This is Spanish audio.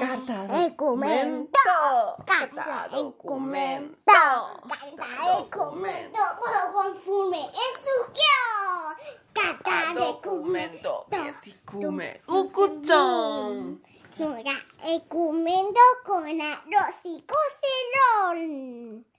Carta de de comento. Carta de comento. Carta de comento. Bueno, consume el suyo. Carta de comento. Mietikume Ukuchon. Ahora, el comento con arroz y cocelón.